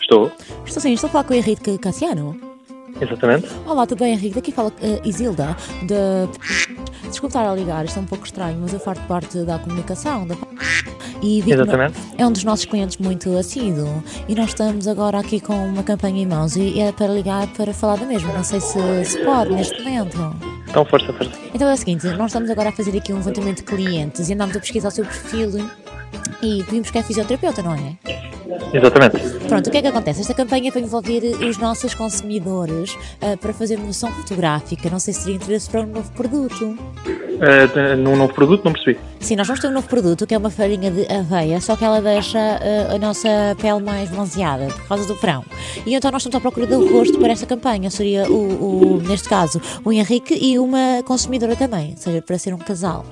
Estou, Estou sim, estou a falar com o Henrique Cassiano. exatamente. Olá, tudo bem, Henrique? Daqui fala eh, Isilda, de... Desculpe estar a ligar, isto é um pouco estranho, mas eu faço parte da comunicação, da... E vi que Exatamente. no- é um dos nossos clientes muito assíduo e nós estamos agora aqui com uma campanha em mãos e é para ligar para falar da mesma, não sei se, se pode neste momento. Então, força, força. Então é o seguinte, nós estamos agora a fazer aqui um levantamento de clientes e andamos a pesquisar o seu perfil e vimos que é fisioterapeuta, não é? Exatamente. Pronto, o que é que acontece? Esta campanha é para envolver os nossos consumidores ah, para fazer noção fotográfica. Não sei se teria interesse para um novo produto. Eh, de- num novo produto, não percebi. Sim, nós vamos ter um novo produto que é uma farinha de aveia, só que ela deixa ah, a nossa pele mais bronzeada por causa do verão. E então nós estamos à procura do rosto para esta campanha. Seria, o, o- neste caso, o Henrique e uma consumidora também, ou seja, para ser um casal.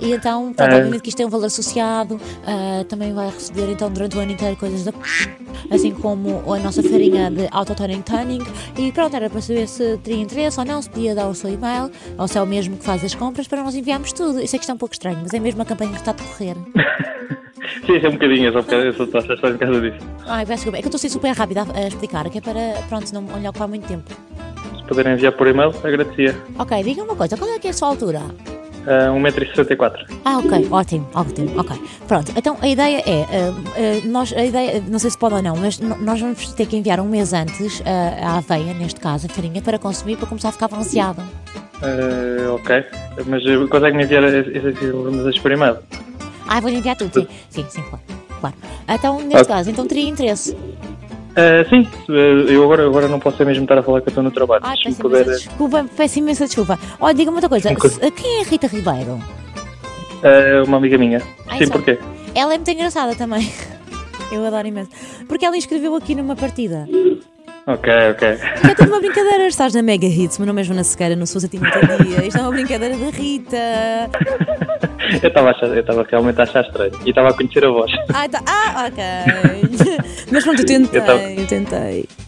E então, pronto, Ah. obviamente que isto tem um valor associado, ah, também vai receber então durante o ano inteiro coisas da assim como a nossa farinha de autotoning tanning e pronto, era para saber se teria interesse ou não, se podia dar o seu e-mail ou se é o mesmo que faz as compras para nós enviarmos tudo. Eu sei que isto é um pouco estranho, mas é mesmo a campanha que está a decorrer. Sim, sim, um bocadinho, é só um bocadinho, eu só estou a estar em casa disso. Ai, peço desculpa, é que eu estou a ser super rápida a, a explicar, que é para, pronto, não olhar ocupar muito tempo. Se puderem enviar por e-mail, agradecia. Ok, diga uma coisa, qual é que é a sua altura? Eh, 1,64m. Ah, ok, ótimo, ótimo, ok. Pronto, então a ideia é, ah, ah, nós, a ideia, não sei se pode ou não, mas no- nós vamos ter que enviar um mês antes ah, a aveia, neste caso, a farinha, para consumir, para começar a ficar balanceado. Eh, ok. Mas eh, consegue-me enviar esses informações um por e-mail? Ah, vou enviar tudo, sim. Sim, sim, claro. claro. Então, neste Ah, caso, então teria interesse. Eh, sim, se- eh, eu agora, agora não posso mesmo estar a falar que eu estou no trabalho. Ai, se me peço puder. eh, imensa desculpa, peço imensa desculpa. Olha, diga-me outra coisa. Uma coisa. se- Quem é a Rita Ribeiro? eh, uma amiga minha. Ai, sim, só- porquê? Ela é muito engraçada também. Eu adoro imenso. Porque ela inscreveu aqui numa partida. Ok, ok. Que é tudo uma brincadeira. Estás na Mega Hits, meu nome é Joana Sequeira, não sou Satinita Dia. Isto é uma brincadeira da Rita. Eu estava a achar- eu estava realmente a achar estranho. E estava a conhecer a voz. Ah, tá. ah ok. Mas pronto, eu Eu tava- tentei, eu tentei.